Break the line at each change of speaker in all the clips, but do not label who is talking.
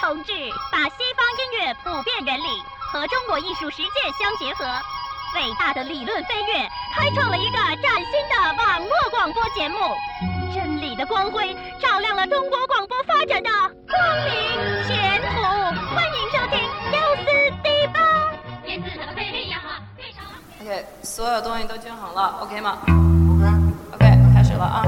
同志把西方音乐普遍原理和中国艺术实践相结合，伟大的理论飞跃，开创了一个崭新的网络广播节目。真理的光辉照亮了中国广播发展的光明前途。欢迎收听优思迪吧。
燕子的飞呀，飞上。
OK，所有东西都均衡了，OK 吗
OK，
？OK，开始了啊。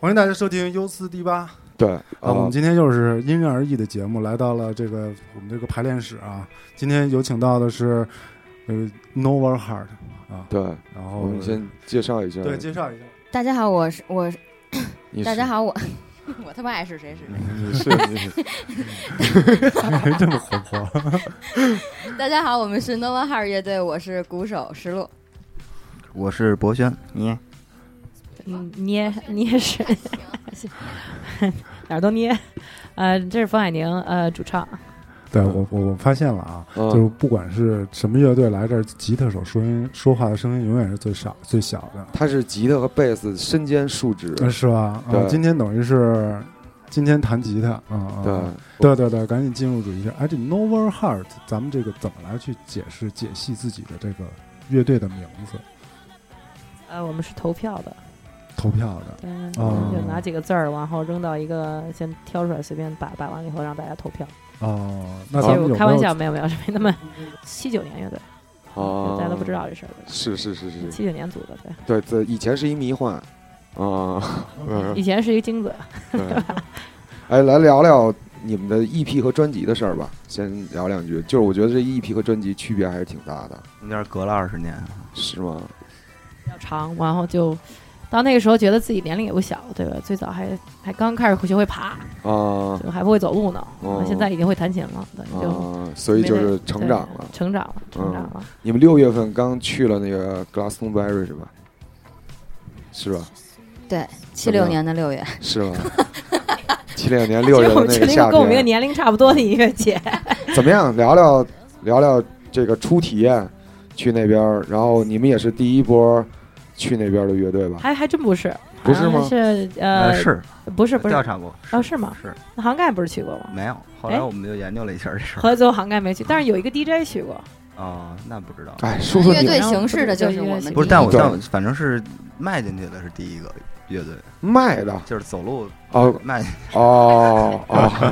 欢迎大家收听优四 D 八。
对
啊，我们今天又是因人而异的节目，来到了这个我们这个排练室啊。今天有请到的是呃 Nova Heart 啊，
哦对，
然后
我们先介绍一下，
对介绍一下，
大家好，我是我是，
你
大家
好，
好，我 我他妈爱是谁是谁。
你是你 是
没这么活泼。
大家好，我们是 Nova Heart 乐队，我是鼓手石璐。
我是博轩，你
嗯，捏捏是， 哪儿都捏。呃，这是冯海宁，呃，主唱。
对我我我发现了啊，
嗯
嗯就是不管是什么乐队来这儿，吉他手说音说话的声音永远是最少最小的。
他是吉他和贝斯身兼数职，
呃是吧？啊，
对
今天等于是今天弹吉他，嗯
对
嗯，，对对对，赶紧进入主题。哎，这 Nova Heart，咱们这个怎么来去解释解析自己的这个乐队的名字？
呃，我们是投票的，
投票的，
对，
哦
就拿几个字儿，然后扔到一个，先挑出来，随便把把完了以后让大家投票。
哦，那
其
咱
实
们
我
有
开玩
没
笑，
有？
没有没有， 是没那么。七九年乐队，
哦，
大家都不知道这事儿吧。
是是是是，
七九年组的，对，
对，这以前是一迷幻， 啊，
嗯
以前是一精子，
对， 哎，来聊聊你们的 EP 和专辑的事儿吧，先聊两句，就是我觉得这 EP 和专辑区别还是挺大的，
中间隔了二十年，
是吗？
比较长，然后就到那个时候觉得自己年龄也不小，对吧？最早还还刚开始学会爬，
啊
就还不会走路呢，
哦
现在已经会弹琴了，对，就
啊，所以就是成长
对
了。嗯
成长了，成长了。
你们六月份刚去了那个 Glastonbury 是吧？是吧？
对，七
怎么
六
样
年的六月，
是 吧？七六年六月的
就
那
是
个
那
夏
个跟我们这个
天，
年龄差不多的音乐节，
怎么样？聊聊聊聊这个初体验，去那边儿，然后你们也是第一波去那边的乐队吧？
还还真不是，
不是
好
吗
像是呃，
是
不是不是
调查过，
哦是吗？
是
那杭盖不是去过吗？
没有。后
哎
来我们就研究了一下这事儿。
合作杭盖没去，但是有一个 DJ 去过，
哦，那不知道，
哎，说说
乐
你
队
们
形式的就是我们
不是，但我
对
但我反正是迈进去的是第一个乐队，
卖的
就是走路
哦
迈进
哦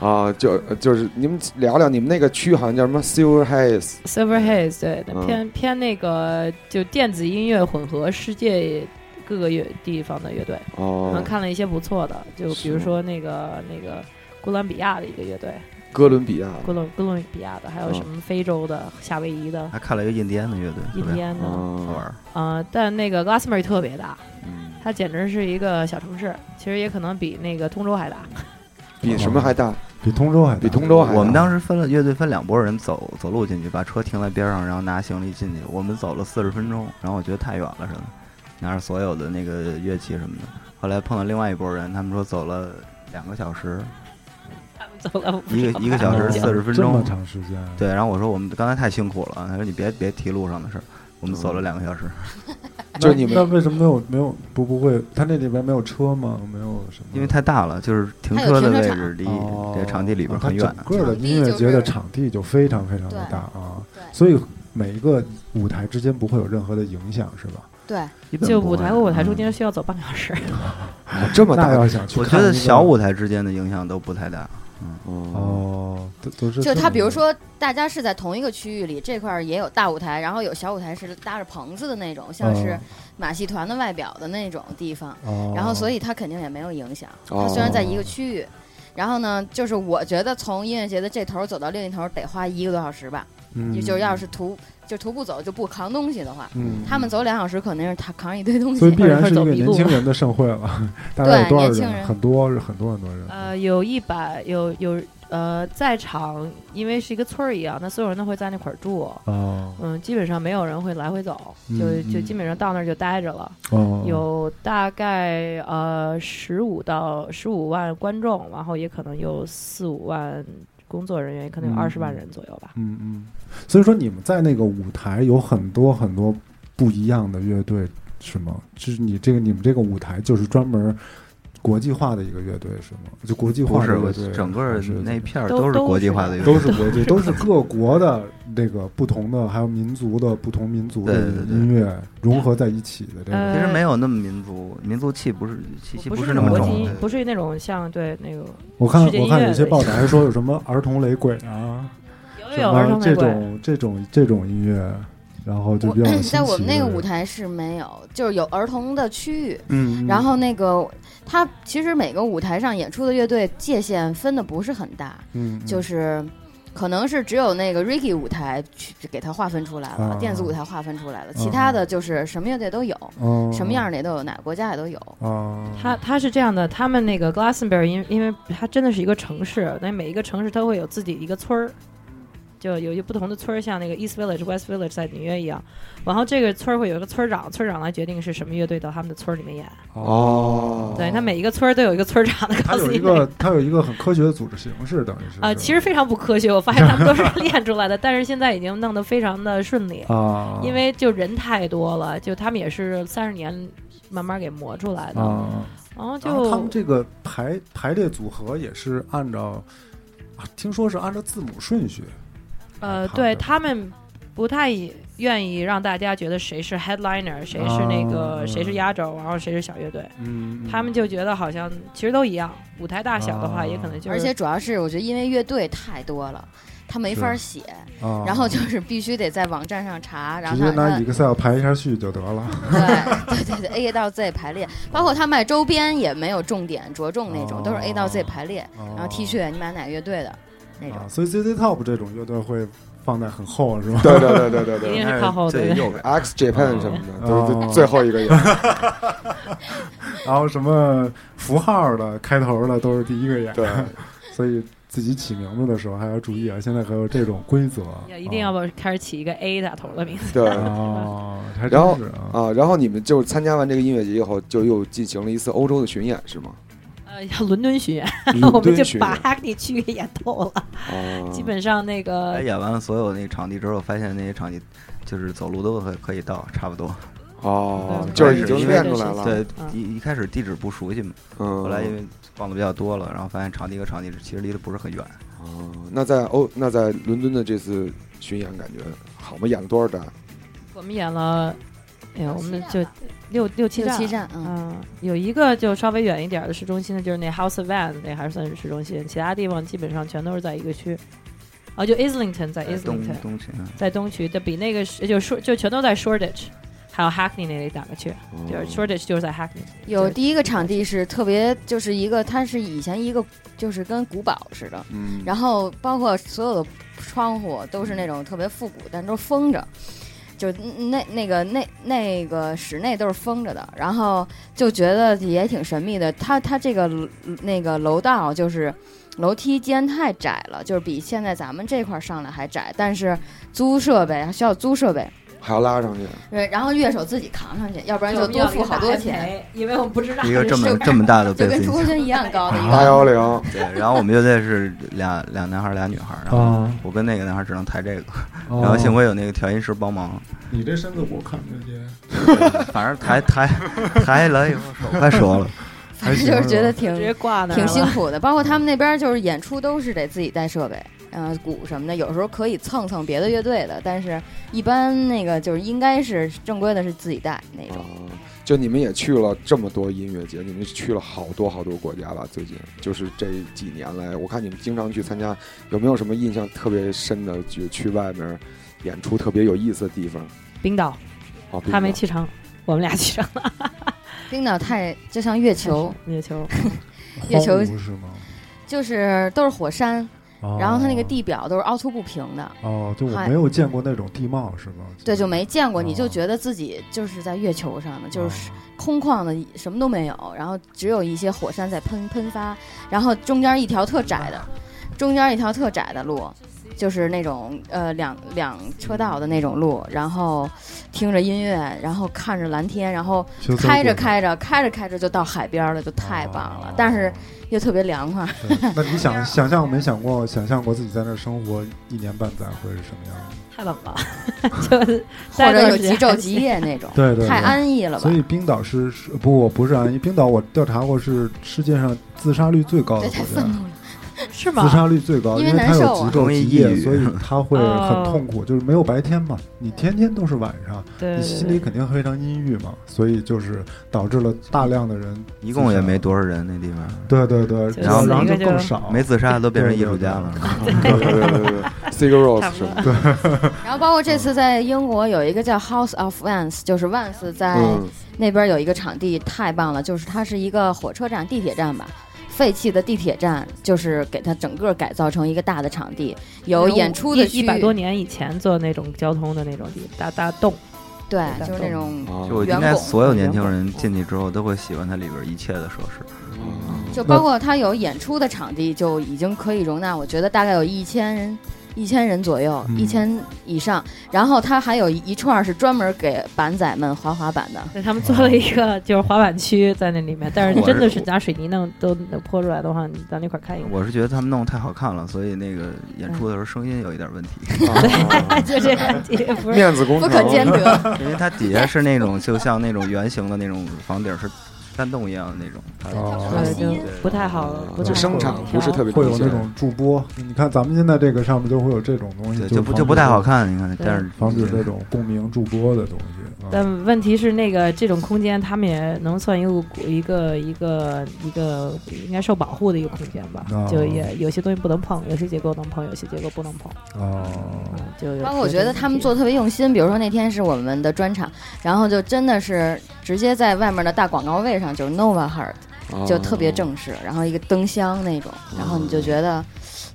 哦啊，就就是你们聊聊你们那个区好像叫什么 Silver Haze
Silver Haze 对，那
嗯
偏偏那个就电子音乐混合世界各个乐地方的乐队，我
哦
们，看了一些不错的，就比如
是
说那个那个哥伦比亚的一个乐队，
哥伦比亚
哥伦哥伦比亚的，还有
嗯
什么非洲的、夏威夷的、
还看了一个印第安的乐队，特
印
别
第安的，
好玩
啊，
儿。
呃，但那个 Glassmere 特别大，
嗯，
它简直是一个小城市，其实也可能比那个通州还大。
比什么还大？
比通州还大
比通
哦
州还大
我们当时分了乐队分两拨人走走路进去，把车停在边上，然后拿行李进去。我们走了四十分钟，然后我觉得太远了似的，拿着所有的那个乐器什么的。后来碰到另外一拨人，他们说走了两个小时，
走了
一个一个小时四十
哦
分
这么
钟。
长时间，
对，然后我说我们刚才太辛苦了，他说你别别提路上的事儿。我们走
嗯
了两个小时，
那
就你们
那为什么没有没有不不会？他那里边没有车吗？没有什么？
因为太大了，就是停
还有
车的
停车
位
场
置离
哦
这场地里边
啊它
很远。
整个的音乐节的场地就非常非常的大啊，
对
所以每一个舞台之间不会有任何的影响，是吧？
对，
基本
就
不
舞
会
台和舞台
嗯
中间需要走半个小 时，
哦这么
那
大
要想去
我
看一
觉
个，
得小舞台之间的影响都不太大。
哦
哦，都都是这
就他
么
比如
个
说大家是在同一个区域里，这块儿也有大舞台，然后有小舞台是搭着棚子的那种，像是
嗯
马戏团的外表的那种地方，
哦，
然后所以他肯定也没有影响。
哦
他虽然在一个区域，然后呢，就是我觉得从音乐节的这头走到另一头得花一个多小时吧。
嗯
就就要是徒就徒步走就不扛东西的话，
嗯，
他们走两小时肯定是他扛一堆东
所以
西。
必然是一个
或者
年
走
轻
迷
人的盛 会了，大概有多少
年轻
人？啊
人
很多，很多很多人。
呃，有一百有有呃，在场因为是一个村儿一样，那所有人都会在那块儿住，
哦
嗯，基本上没有人会来回走，
嗯
就就
嗯
基本上到那儿就待着了。
哦，
有大概呃十五到十五万观众，然后也可能有四五万工作人员，可能有
嗯
二十万人左右吧。
嗯嗯，所以说你们在那个舞台有很多很多不一样的乐队，是吗？就是你这个你们这个舞台就是专门国际化的一个乐队是吗？就国际
不
化的
是，
乐
我
队，
整个
还是
那片儿
都
都是
都
国际
是
化
的
的乐队
都是国际，都是各国的这个不同的，还有民族的不同民族的
对对对
音乐融合在一起的这
呃
个。
其实没有那么民族，民族气不是气息
不
是那
种
么
国
种
重
际
的，，
不是那种像对那个
我看
世界
我
音乐
看有
的
些报道还说有什么儿童雷鬼啊，
有
什
哎有儿
么
童
这
玫瑰，
种这种这种音乐，然后就
我嗯
比较有新
在我
奇
们那
的
个
人
舞，台是没有，就是有儿童的区域，
嗯，嗯
然后那个它其实每个舞台上演出的乐队界限分的不是很大，
嗯，嗯
就是可能是只有那个 Ricky 舞台去给它划分出来了，
啊
电子舞台划分出来了，其他的就是什么乐队都有，
哦
什么样的也都有，哪个国家也都有。
啊？
他他是这样的，他们那个 Glastonbury，因因为它真的是一个城市，那每一个城市它会有自己一个村儿，就有一不同的村儿，像那个 East Village、West Village 在纽约一样。然后这个村儿会有一个村长，村长来决定是什么乐队到他们的村儿里面演。
哦
对他每一个村儿都有一个村长的，
它
告诉
有
你
一
每
个它有一个很科学的组织形式，等于是
啊、其实非常不科学，我发现他们都是 练出来的，但是现在已经弄得非常的顺利，
啊，
因为就人太多了，就他们也是三十年慢慢给磨出来的，
啊，
然后
然后
就
他们这个排排列组合也是按照，啊听说是按照字母顺序，
呃，
好
对
的
他们不太愿意让大家觉得谁是 headliner，谁是那个、
啊
谁是压轴，然后谁是小乐队，
嗯
他们就觉得好像其实都一样，舞台大小的话
啊
也可能就是，
而且主要是我觉得因为乐队太多了，他没法
是
写，
啊，
然后就是必须得在网站上查，然
直
后
接
他
拿
他
Excel 排一下序就得了，
对对对对 A 到 Z 排列，包括他卖周边也没有重点着重那种，都是 A 到 Z 排列，
然
然后 T 恤你买哪个乐队的那种
啊，。所以 ZZ Top 这种乐队会放在很后是吧？
对对对对对
一
对
定是靠后
最
对
右边。
，X
嗯
Japan 什么的，
哦
都是最后一个也
然后什么符号的、开头的都是第一个演，
对，
所以自己起名字的时候还要注意啊，现在还有这种规则，
也一定 要不开始起一个 A 打头的名字，
对
啊
嗯
哦，还
然后
真是啊，
啊。然后你们就参加完这个音乐节以后，就又进行了一次欧洲的巡演，是 吗？
呃，伦敦巡演， 我
伦
们
敦
就
巡
把
演
哈克地区给演透了，
啊，
基本上那个、
哎演完了所有那个场地之后，发现那些场地就是走路都可可以到，差不多。
哦
对，
就是已
对
经
因
练
为
出来了，
对
嗯，
一一开始地址不熟悉嘛，
嗯，
后来因为逛的比较多了，然后发现场地和场地其实离得不是很远。
哦，那在欧那在伦敦的这次巡演感觉好吗？演了多少站？
我们演了，哎呀，我们就六六七
六
站，
七站嗯
嗯，有一个就稍微远一点的市中心的，就是那 House of Van，那还算是市中心，其他地方基本上全都是在一个区。啊，就 Islington 在
哎东
Islington，
东区，嗯
在东区，就比那个是就说就全都在 Shoreditch，还有 Hackney 那里打个区，
哦
就是
哦
Shoreditch 就是在 Hackney。
有第一个场地是特别，就是一个，它是以前一个就是跟古堡似的，
嗯，
然后包括所有的窗户都是那种特别复古，但都封着，就那那个那那个室内都是封着的，然后就觉得也挺神秘的。它它这个楼那个楼道就是楼梯间太窄了，就是比现在咱们这块儿上来还窄，但是租设备还需要租设备，
还要拉上
啊
去，
对，然后乐手自己扛上去，要不然就
我们
多
要
付好多钱。，
因为我们不知道
一个这
是
么这么大 的
就
贝斯
跟
音
朱
箱
国轩一样高的一
八
个，
幺零，
对，然后我们乐队是俩俩男孩儿俩女孩儿，然
哦
后
啊
我跟那个男孩儿只能抬这个，
然
然后幸亏有那个调音师帮忙，
哦你这身子我看着也
反正抬抬抬来以后手快折了，
反
还
正
行
就是觉得
直接
挺
挂那儿
挺
了
辛苦的。包括他们那边就是演出都是得自己带设备，呃，鼓什么的，有时候可以蹭蹭别的乐队的，但是一般那个就是应该是正规的是自己带那
啊
种。，
就你们也去了这么多音乐节，你们去了好多好多国家吧？最近就是这几年来，我看你们经常去参加，有没有什么印象特别深的？就去外面演出特别有意思的地方？
冰岛
哦，
他没去成，我们俩去成了。
冰岛太就像月 球，
月球，
月球
荒芜是吗？
就是都是火山，
哦
然后它那个地表都是凹凸不平的，
哦，就我
嗨
没有见过那种地貌是吗？
对，就没见过，
哦
你就觉得自己就是在月球上的，就是空旷的，什么都没有，然后只有一些火山在喷喷发，然后中间一条特窄的，中间一条特窄的路，就是那种呃两两车道的那种路，然后听着音乐，然后看着蓝天，然后
就
开着开着开着开着就到海边了，就太棒
哦
了，但是又特别凉快。
对那你想想象没想过想象过自己在那儿生活一年半载会是什么样的？
太冷了， 就是
或
待
者
段
有
时间
极昼极夜那种，
对对，
太
对
安逸了吧
所？以冰岛是啊是不，我不是安逸。冰岛我调查过是世界上自杀率最高的
这
国
太
家
愤，怒了，
是
自
吗？
杀率最高，
因
因
为
他
难
有
受啊
极昼
容易
极
抑
夜，
郁
所以他会很
哦
痛苦，就是没有白天嘛，你天天都是晚上，
对
你心里肯定非常阴郁嘛，所以就是导致了大量的人，
一共也没多少人那地方，
对对对，
就
然后
死一
然后
个
就更
就
少，
没自杀都变成艺术家了。
对对对对对 s i g a r o s
差
e
不
什
多
么的，
然后包括这次在英国有一个叫 House of Vans，就是万斯在
嗯，
那边有一个场地太棒了，就是它是一个火车站、地铁站吧，废弃的地铁站，就是给它整个改造成一个大的场地，有演出的
一
区
一百多
域，
年以前做那种交通的那种地大大洞，
对，就是那种
啊
就我应该所有年轻人进去之后都会喜欢它里边一切的设施。
就包括它有演出的场地，就已经可以容纳，我觉得大概有一千人。一千人左右，
嗯
一千以上，然后它还有一串是专门给板仔们滑滑板的，
对他们
啊
做了一个就是滑板区在那里面，但是
我
真的
是
是拿水泥弄都能泼出来的话，你到那块儿看一
嗯
看。
我是觉得他们弄得太好看了，所以那个演出的时候声音有一点问题，
啊
就这样，也不是
面子工
不
程
可兼得。
因为它底下是那种就像那种圆形的那种房顶是山洞一样的那种。它
哦
对，就
对
不太好，不太
就
好
生产不是特 别
会有
明
那
显
种助播，你看咱们现在这个上面嗯就会有这种东西
对，就不就不太好看，你看，但是嗯
防止这，防止这种共鸣助播的东西。啊
但问题是，那个这种空间，他们也能算一个一个一个一个应该受保护的一个空间吧？
哦
就也有些东西不能碰，有些结构能碰，有些结构不能碰。
哦
嗯，就有
包括我觉得他们做
有
得特别用心，比如说那天是我们的专场，然后就真的是直接在外面的大广告位上，就是 Nova Heart，
啊
就特别正式，然后一个灯箱那种，然后你
嗯
就觉得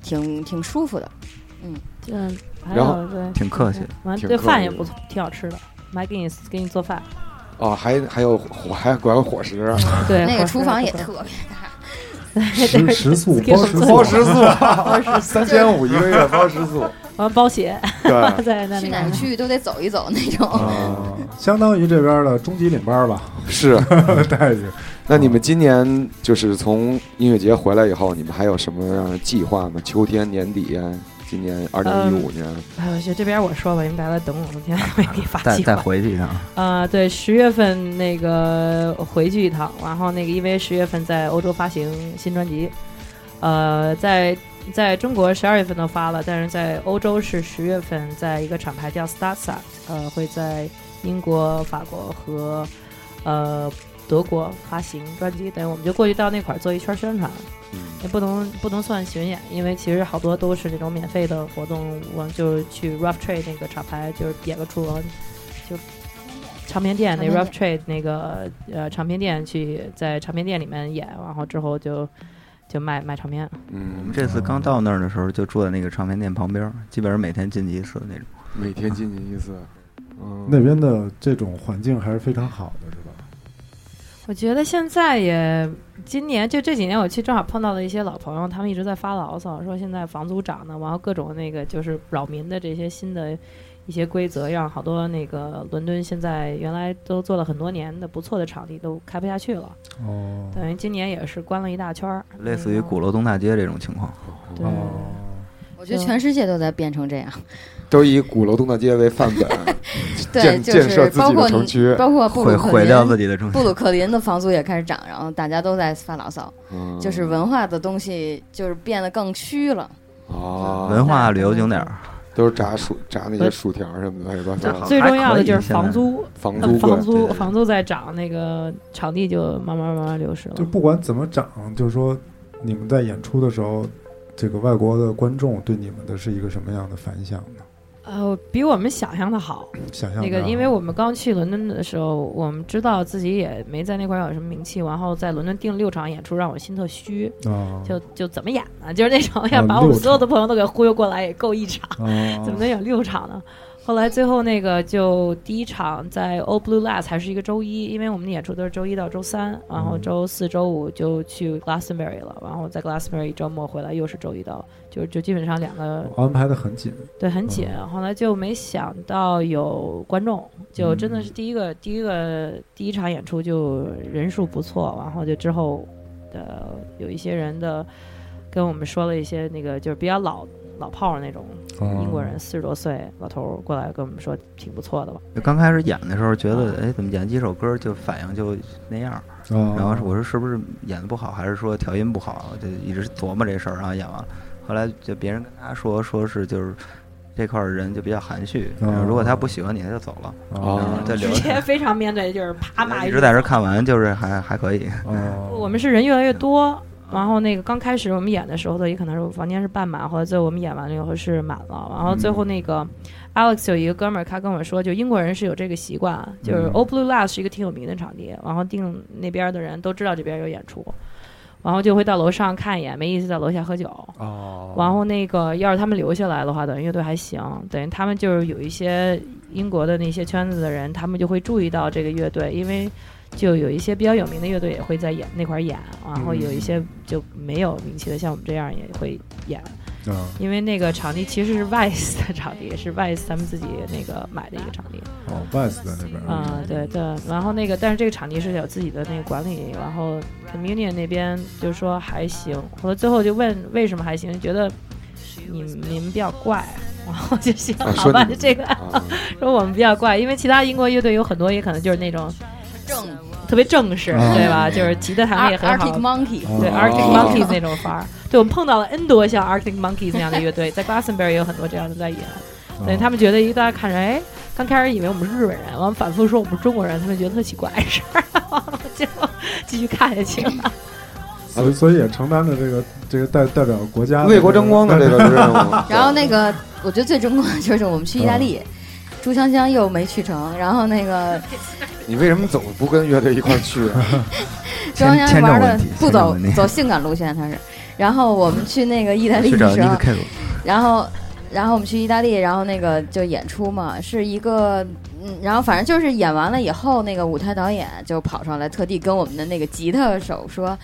挺挺舒服的。
这样，还
然后
有对，
挺客气的。
完
挺
对
客
饭
气
也
的
不错，挺好吃的。还给你给你做
嗯
饭，
啊，还还有火，啊还管有伙 食，
对，
那
伙
个
食
厨房也
不错
特别大，
食食宿
给
包
我
食
做
宿，
食 宿，三千五一个月包食宿，
完包鞋
对，
在那
去
里
哪个
面，
区域都得走一走那
嗯
种。
啊，相当于这边的中级领班吧
是。
待遇。
那你们今年就是从音乐节回来以后，你们还有什么样的计划吗？秋天、年底呀，今年二零一五年，
哎，我觉得这边我说吧，你们大家等我，我 今天我也给你发
再
计
再
划。
回去一趟，
啊、对，十月份那个回去一趟，然后那个因为十月份在欧洲发行新专辑，呃，在在中国十二月份都发了，但是在欧洲是十月份，在一个厂牌叫 Starsup，呃，会在英国、法国和呃德国发行专辑，等于我们就过去到那块儿做一圈宣传，
嗯
也不能不能算巡演，因为其实好多都是那种免费的活动，我就去 Rough Trade 那个厂牌就是演个出，然后就唱片店那
唱
Rough
片
Trade 那个呃唱片店去在唱片店里面演，然后之后就就卖卖唱片，
我
嗯
们，这次刚到那儿的时候就住在那个唱片店旁边儿，基本上每天进去一次那种。
每天进行一次，嗯，
那边的这种环境还是非常好的，是吧？
我觉得现在也，今年就这几年我去，正好碰到了一些老朋友，他们一直在发牢骚，说现在房租涨呢，然后各种那个就是扰民的这些新的一些规则，让好多那个伦敦现在原来都做了很多年的不错的场地都开不下去了，
哦
等于今年也是关了一大圈儿，
类似于
嗯
鼓楼东大街这种情况，
对。
哦，
我觉得全世界都在变成 这样，
都以鼓楼东大街为范本，
对，
建
就
建设
是
自
包
己
括
的城区，
包括布
毁
鲁克
毁掉自
林。
己的城市
布。鲁克林的房租也开始涨，然后大家都在发牢骚，
嗯
就是文化的东西就是变得更虚了。
啊，
嗯
文化旅游景点儿，
都是炸薯炸那些
哎
薯条什么的，乱七八糟
好
最重要的
还可以
就是
现在
房租，
房
呃
租贵
房，租
对
房租在涨，那个场地就慢慢慢慢流失了
就。不管怎么涨，就是说你们在演出的时候，这个外国的观众对你们的是一个什么样的反响呢？
呃，比我们想象的好，
想象
那个，
的
因为我们刚去伦敦的时候，我们知道自己也没在那块儿有什么名气，然后在伦敦订了六场演出，让我心特虚，
啊，
就就怎么演啊？就是那种要
啊
把我
六
们所有
场
的朋友都给忽悠过来，也够一场，
啊
怎么能有六场呢？后来最后那个就第一场在 Old Blue Lights 还是一个周一，因为我们的演出都是周一到周三，然后
嗯
周四周五就去 Glastonbury 了，然后在 Glastonbury 周末回来又是周一到，就就基本上两个
哦安排的很紧，
对，很紧。
嗯
后来就没想到有观众，就真的
嗯
是第一个、第一个第一场演出就人数不错，然后就呃之后的有一些人的跟我们说了一些那个就是比较老老炮儿那种
哦
英国人，四十多岁老头儿过来跟我们说挺不错的吧。
就刚开始演的时候觉得，哎，怎么演几首歌就反应就那样儿？
啊，
然后是我说是不是演的不好，还是说调音不好？就一直琢磨这事儿，然后演完了。后来就别人跟他说，说是就是这块儿人就比较含蓄，
哦
然后如果他不喜欢你，他就走了，然
嗯
后
哦
再留
直
着。
接非常面对，就是啪骂
哎一
一
直
顿
在这看完，就是还还可以。
啊，
我们是人越来越多，然后那个刚开始我们演的时候呢，也可能是房间是半满，后来最后我们演完了以后是满了，然后最后那个 Alex 有一个哥们儿，他跟我说，就英国人是有这个习惯，就是 Old Blue Last 是一个挺有名的场地，然后定那边的人都知道这边有演出，然后就会到楼上看一眼，没意思到楼下喝酒。
哦
然后那个，要是他们留下来的话，等于乐队还行。等于他们就是有一些英国的那些圈子的人，他们就会注意到这个乐队，因为就有一些比较有名的乐队也会在演那块儿演，然后有一些就没有名气的，像我们这样也会演。
啊，
因为那个场地其实是 Vice 的场地，是 Vice 他们自己那个买的一个场地。
哦，Vice 在那边
啊、对对，然后那个，但是这个场地是有自己的那个管理，然后 communion 那边就说还行，后来最后就问为什么还行，觉得你们你们比较怪，然后就行，
啊
好
说
吧，
你
就这个，
啊，
说我们比较怪，因为其他英国乐队有很多也可能就是那种
正
特别正式，
啊
对吧？就是吉他弹的也
Ar-
很
Arctic
好。
Monkey，
嗯
对
哦
Arctic Monkeys 那种范儿，对我们碰到了 N 多像 Arctic Monkeys 那样的乐 队，在 Glastonbury 也有很多这样的在演。对他们觉得一大家看着，哎，刚开始以为我们是日本人，完了反复说我们是中国人，他们觉得特奇怪，是吧？ 就继续看下去了。
所以啊所以也承担着这个这个代代表国 家的
啊为国争光的这 个任务。
然后那个我觉得最争光的就是我们去意大利，
嗯
朱香香又没去成，然后那个
你为什么总不跟乐队一块儿 去啊？
朱香香
签
玩
证
的
问题
不
签证
走
问题
走性感路线，她是。然后我们去那个意大利
去
的
找
时
Nick
候，
Cave，
然后，然后我们去意大利，然后那个就演出嘛，是一个，嗯，然后反正就是演完了以后，那个舞台导演就跑上来，特地跟我们的那个吉他手说。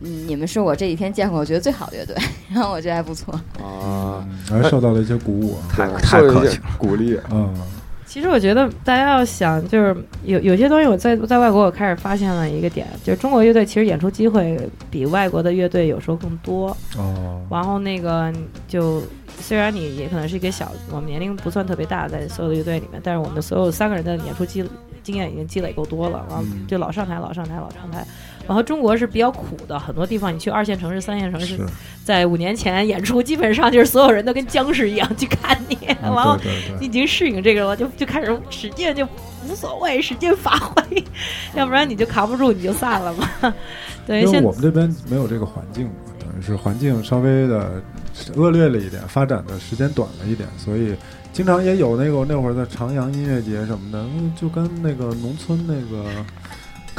嗯，你们是我这几天见过我觉得最好的乐队，然后我觉得还不错。
啊，
还受到了一些鼓舞啊，
太
对
太
受了一
客
些
气了。
鼓励。啊
嗯
其实我觉得大家要想，就是有有些东西，我在在外国我开始发现了一个点，就是中国乐队其实演出机会比外国的乐队有时候更多。
哦，
然后那个就虽然你也可能是一个小，我们年龄不算特别大，在所有的乐队里面，但是我们所有三个人的演出积经验已经积累够多了，然后
嗯
就老上台老上台老上台。然后中国是比较苦的，很多地方你去二线城市、三线城市
是，，
在五年前演出，基本上就是所有人都跟僵尸一样去看你，然后
嗯对对
哦你
对，
已经适应这个了，就就开始使劲就无所谓，使劲发
嗯
挥，要不然你就扛不住你就散了嘛。对，
因为
现
我们这边没有这个环境嘛，等于是环境稍微的恶劣了一点，发展的时间短了一点，所以经常也有那个那会儿的长阳音乐节什么的，嗯就跟那个农村那个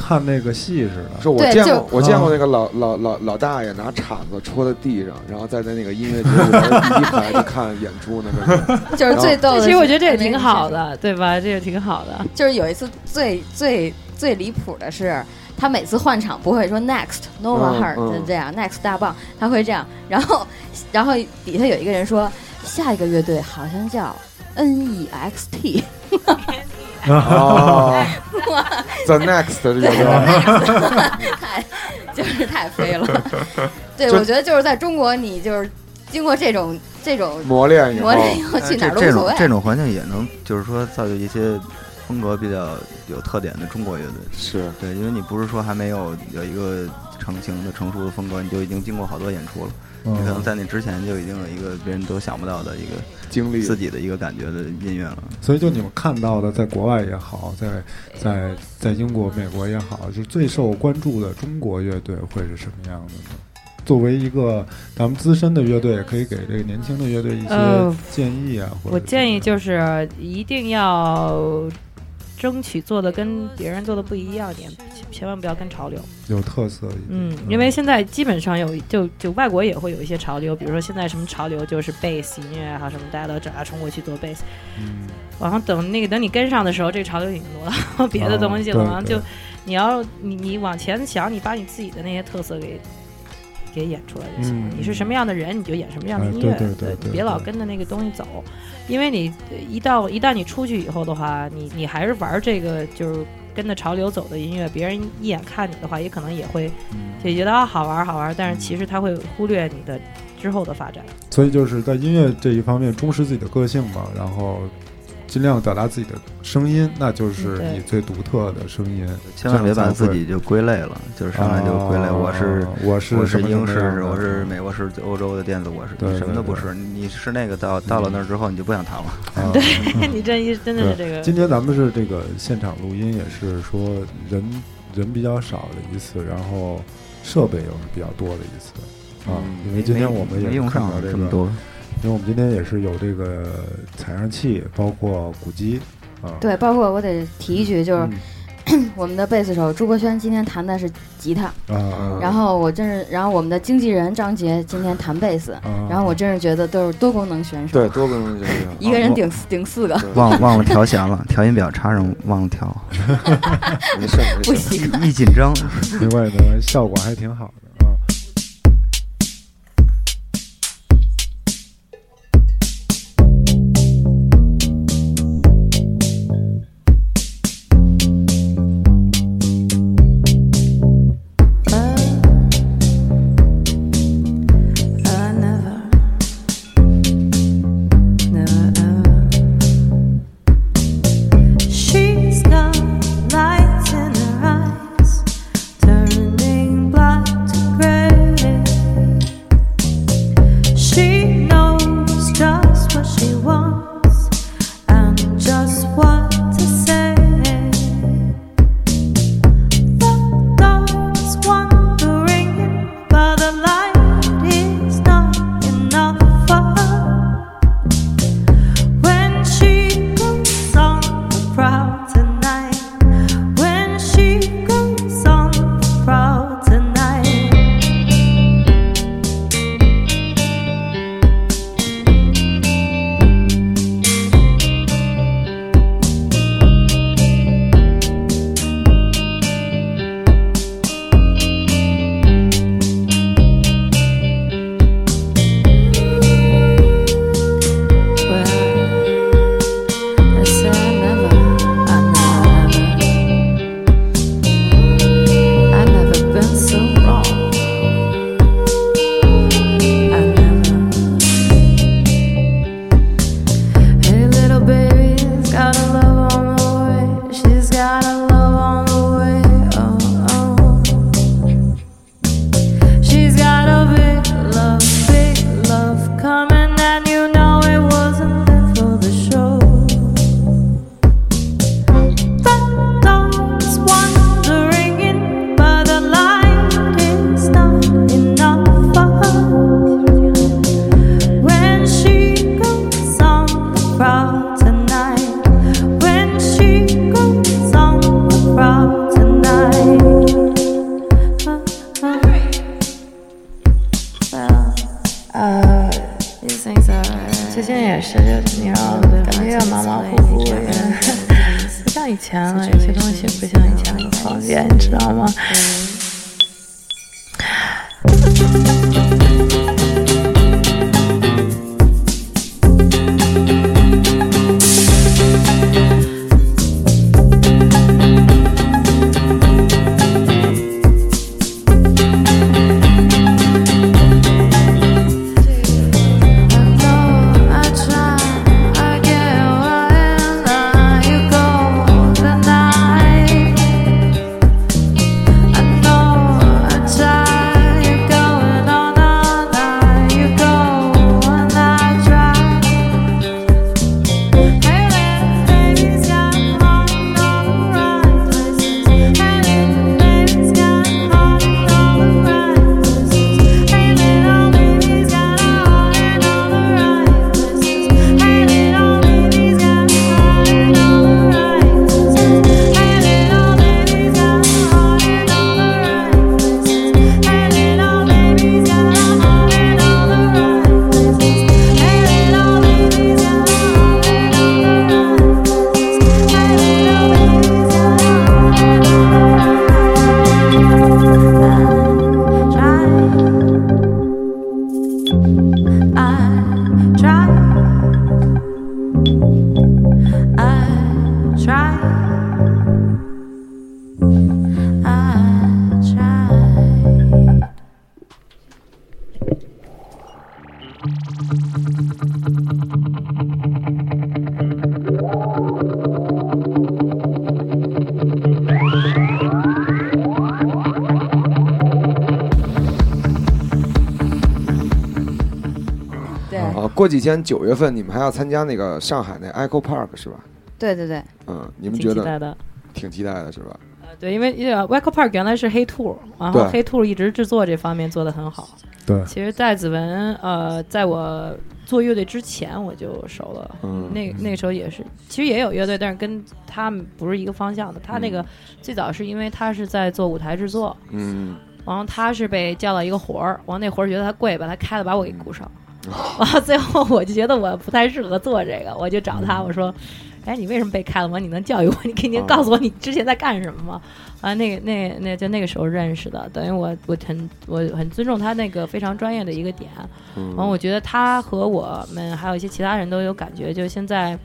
看那个戏似的，
说我
对
见
就
过，我见
啊
过那个老老老老大爷拿铲子戳在地上，然后再在那个音乐节里边儿第一排去看演出那个。
就是最逗的是，
其实我觉得这也挺好的，对吧？这也挺好的。
就是有一次最最最离谱的是，他每次换场不会说 next no one
嗯
heart
嗯
就这样、next 大棒，他会这样，然后 然后底下有一个人说下一个乐队好像叫 N E X T，
哦，The Next 这个 歌
太就是太飞了。对，
就
我觉得就是在中国，你就是经过这种这种
磨练以后
磨，练以后
但是
去哪
这
儿都
哎这
无所
种
谓。
这种环境也能，就是说造就一些风格比较有特点的中国乐队。
是
对，因为你不是说还没有有一个成型的、成熟的风格，你就已经经过好多演出了。
嗯
你可能在那之前就已经有一个别人都想不到的一个
经历
自己的一个感觉的音乐了。
所以就你们看到的，在国外也好，在在在英国、美国也好，就最受关注的中国乐队会是什么样的呢？作为一个咱们资深的乐队，也可以给这个年轻的乐队一些
呃
建议啊。或者
我建议
是
就是一定要争取做的跟别人做的不一样点，千万不要跟潮流。
有特色一点，
嗯，因为现在基本上有就就外国也会有一些潮流，比如说现在什么潮流就是 bass 音乐啊，什么大家都找啊冲过去做 bass，
嗯
然后等那个等你跟上的时候，这个潮流已经挪到别的东西了，
哦对
然后就
对
你要你你往前想，你把你自己的那些特色给给演出来就行了。
嗯
你是什么样的人，你就演什么样的
哎
音乐，
对对对对
你
对
别老跟着那个东西走，因为你呃一到一旦你出去以后的话，你你还是玩这个就是。跟着潮流走的音乐，别人一眼看你的话，也可能也会
嗯
就觉得啊好玩儿好玩儿，但是其实他会忽略你的之后的发展。
所以就是在音乐这一方面充实自己的个性嘛，然后尽量表达自己的声音，那就是
嗯对
你最独特的声音。
千万别把自
这
己
样
就归类了，就是上来就归类，
啊
我是
我是
我
什
是
么
英
什么样
式，
的嗯
我是美国式，欧洲的电子，我是
对
你什么都不
对对
是，你你是那个到到了那儿之后你就不想弹了。
才会。啊
你这一真的是这个，
今天咱们是这个现场录音，也是说人人比较少的一次，然后设备又是比较多的一次啊。
嗯
因为今天我们也
没用上
看到这
这么
个，
多，
因为我们今天也是有这个采样器，包括鼓机啊。
对，包括我得提一句，就是
嗯
我们的贝斯手朱国轩今天弹的是吉他，
嗯
啊，
然后我真是，然后我们的经纪人张杰今天弹贝斯，
啊
然后我真是觉得都是多功能选手，
嗯对，嗯多功能啊就是这
一
样
个人顶顶四个，
对
忘忘了调弦了，调音表插上忘 了调，
没事没事
不行。
一一紧张，
没关系，没关系，效果还挺好的啊。
I never, never ever. She's got lights in her eyes, turning black to grey. She knows just what she wants and just what to say. The dog's wandering. But the light is not enough for her. When she goes on the prowl tonight, when she goes on the prowl tonight. Well, I said never, I never, I never been so wrong. I never. Hey, little baby's got a love on the way. She's got a love on the way. Oh, oh. She's got a big love, big love coming, and you know it wasn't there for the show. The dog's wandering in, but the light is not enough for her. When she goes on the prowl tonight, when she goes on the prowl tonight. Well, uh, these things are.
最近也是，就你知道，感觉有点马马虎虎的，不 像以前了，有些东西不像以前那么方便，你知道吗？
I try, I get where now you go tonight. I know I try, you're going on all night. You go and I try. I tried.
啊过几天九月份你们还要参加那个上海那 Echo Park 是吧？
对对对，
嗯，你
挺
们
期
觉得
待的。
挺期待的是吧？
呃对，因为呃 w a c o Park 原来是黑兔，然后
对
黑兔一直制作这方面做得很好。
对，
其实戴子文，呃，在我做乐队之前我就熟了，
嗯
那那个时候也是，其实也有乐队，但是跟他们不是一个方向的。他那个最早是因为他是在做舞台制作，
嗯，
然后他是被叫到一个活儿，完那活儿觉得他贵，把他开了，把我给雇上。完了最后我就觉得我不太适合做这个，我就找他，我说：“哎，你为什么被开了吗？你能教育我？你肯定
啊
告诉我你之前在干什么吗？”啊，那个、那、那就那个时候认识的，等于我我很我很尊重他那个非常专业的一个点。
嗯
然后我觉得他和我们还有一些其他人都有感觉，就现在，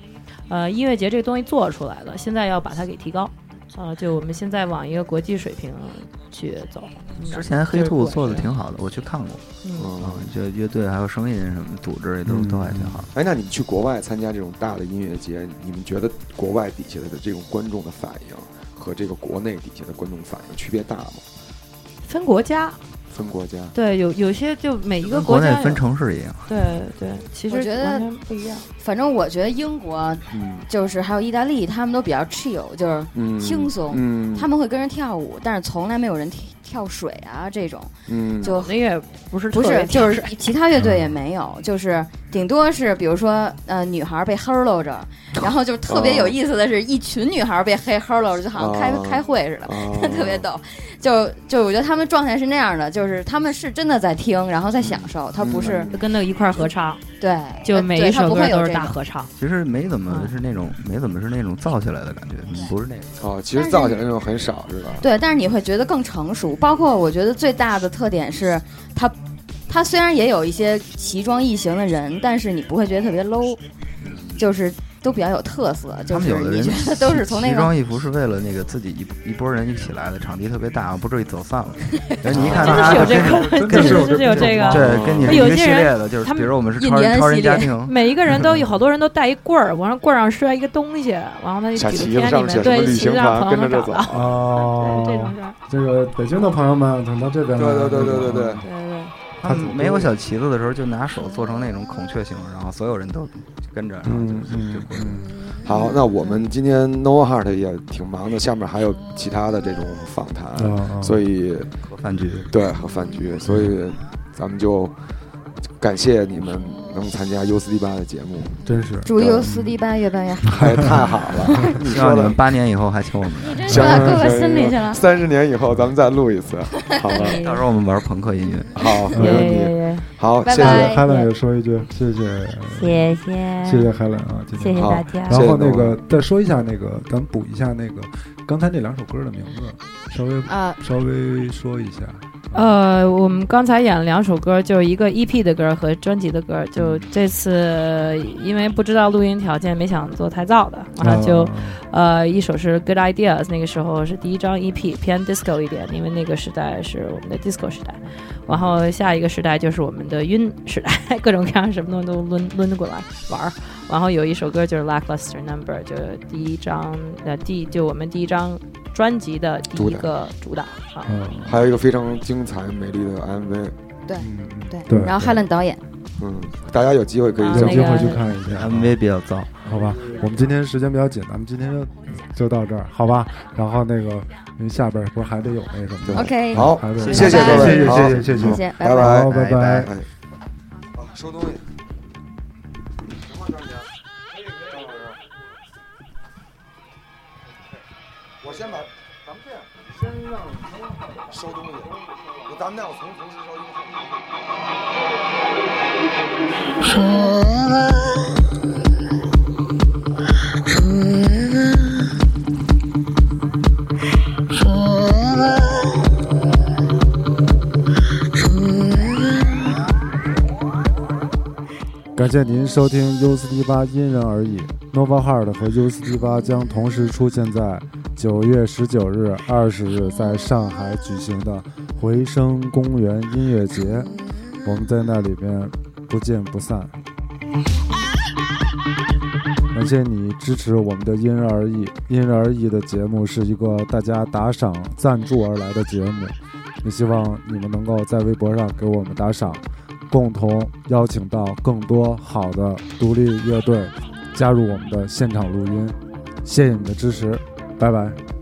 呃，音乐节这个东西做出来了，现在要把它给提高，啊、就我们现在往一个国际水平去走。嗯
之前黑兔做的挺好的，我去看过，
嗯，
啊
嗯，，
这乐队还有声音什么组织也都
嗯
都还挺好。
哎，那你们去国外参加这种大的音乐节，你们觉得国外底下的这种观众的反应和这个国内底下的观众反应区别大吗？
分国家，
分国家，
对，有有些就每一个
跟国
家
内
有
分，城市一样，
对对，其实
我觉得
完全不一样。
反正我觉得英国
嗯
就是还有意大利，他们都比较 chill，就是
嗯
轻松
嗯，
他们会跟人跳舞，但是从来没有人跳跳水啊这种，
嗯
就
那也不是
不
特别
是就是
挑战
其他乐队也没有，就是顶多是比如说呃女孩被 hurl 着，然后就是特别有意思的是一群女孩被黑 hurl 着，就好像开
哦
开会似的。
哦
特别逗，就就我觉得他们状态是那样的，就是他们是真的在听，然后在享受，他不
嗯
是
就跟那个一块儿合唱，
对，
就
呃
每
对
一
他
首
不
歌
会有
都
这
是大
个
合唱。
其实没怎么
嗯
是那种没怎么是那种燥起来的感觉，不是那种。
哦，其实造起来那种很少是吧？
对，但是你会觉得更成熟。包括我觉得最大的特点是，他他虽然也有一些奇装异形的人，但是你不会觉得特别 low，就是都比较有特色。
他
就
们
是
有的
你
人
觉得都是从那
奇
个
装异服是为了那个自己一一波人一起来的，场地特别大，不至于走散 了。然后你一看
真的
他
是有
跟
这个，
真
真
的
的
是有
是有这个。
对，跟你
那
是一
有
个
些
系
人
列的，就是
他
比
们
如我们是
印
超
第
人
安
超
系
人家
列
庭，
每一个人都有好多人都带一棍儿，往上棍儿上摔一个东西，然后他就
小
举
旗
着
子
天
上
里
面写
面，
什么
对，
旅
旗
行
子上
团，跟着
能
这
找
走
到。
哦，
对这种事儿，
这个北京的朋友们，等到这边啊
对
来
对对对对对，
嗯
对对
他们
嗯
没有小旗子的时候，就拿手做成那种孔雀形，然后所有人都跟着，然后
嗯
就就
嗯
就过去。
嗯，
好，那我们今天 No Heart 也挺忙的，下面还有其他的这种访谈，
嗯
啊
所以
和饭局，
对和饭局，所以咱们就感谢你们能参加 U 四 D 八的节目，
真是
主优四 D 班越办越好。
太太好了，你
希
说
望你
的
们八年以后还请我们
你真
行
说到各
行
个心里去了。
三十年以后咱们再录一次，好吧？
来，到时候我们玩朋克音乐。
好，没
对
问
耶
题。
耶耶，
好，
拜
谢
拜
谢，
海伦也说一句，谢谢，
谢谢，
谢谢海伦啊，今天
好，
家
然后那个再说一下那个，咱补一下那个刚才那两首歌的名字，稍微
啊，
稍微说一下。
呃，我们刚才演了两首歌，就是一个 E EP 的歌和专辑的歌。就这次因为不知道录音条件，没想做太燥的，
啊
然后啊就呃，一首是 Good Ideas，那个时候是第一张 EP，偏 disco 一点，因为那个时代是我们的 disco 时代。然后下一个时代就是我们的晕时代，各种各样什么东西都抡抡过来玩儿。然后有一首歌就是 Lackluster Number，就是第一张呃第就我们第一张专辑的第一个主打啊。
嗯，
还有一个非常精彩美丽的 MV，
嗯
对，
对，
然后海伦导演，
嗯，大家有机会可以
啊
嗯有
去
机会
那
去
个
看一
嗯
下啊
MV 比较燥，
好吧，我们今天时间比较紧，咱们今天就就到这儿，好吧？然后那个，因为下边儿不是还得有那什么吗？
OK
好
还，得
谢谢各位，
谢谢
好
谢谢谢谢
谢谢，拜
拜拜
好，拜
拜拜
哎，啊收东西。哎我先把，咱们这样，先让收东西，咱们俩我从同时收一个。
感谢您收听 U 四 D 八因人而异，Nova Heart 和 U 四 D 八将同时出现在九月十九日、二十日在上海举行的回声公园音乐节，我们在那里面不见不散。感谢你支持我们的因人而异，因人而异的节目是一个大家打赏赞助而来的节目，也希望你们能够在微博上给我们打赏。共同邀请到更多好的独立乐队加入我们的现场录音。谢谢你的支持，拜拜。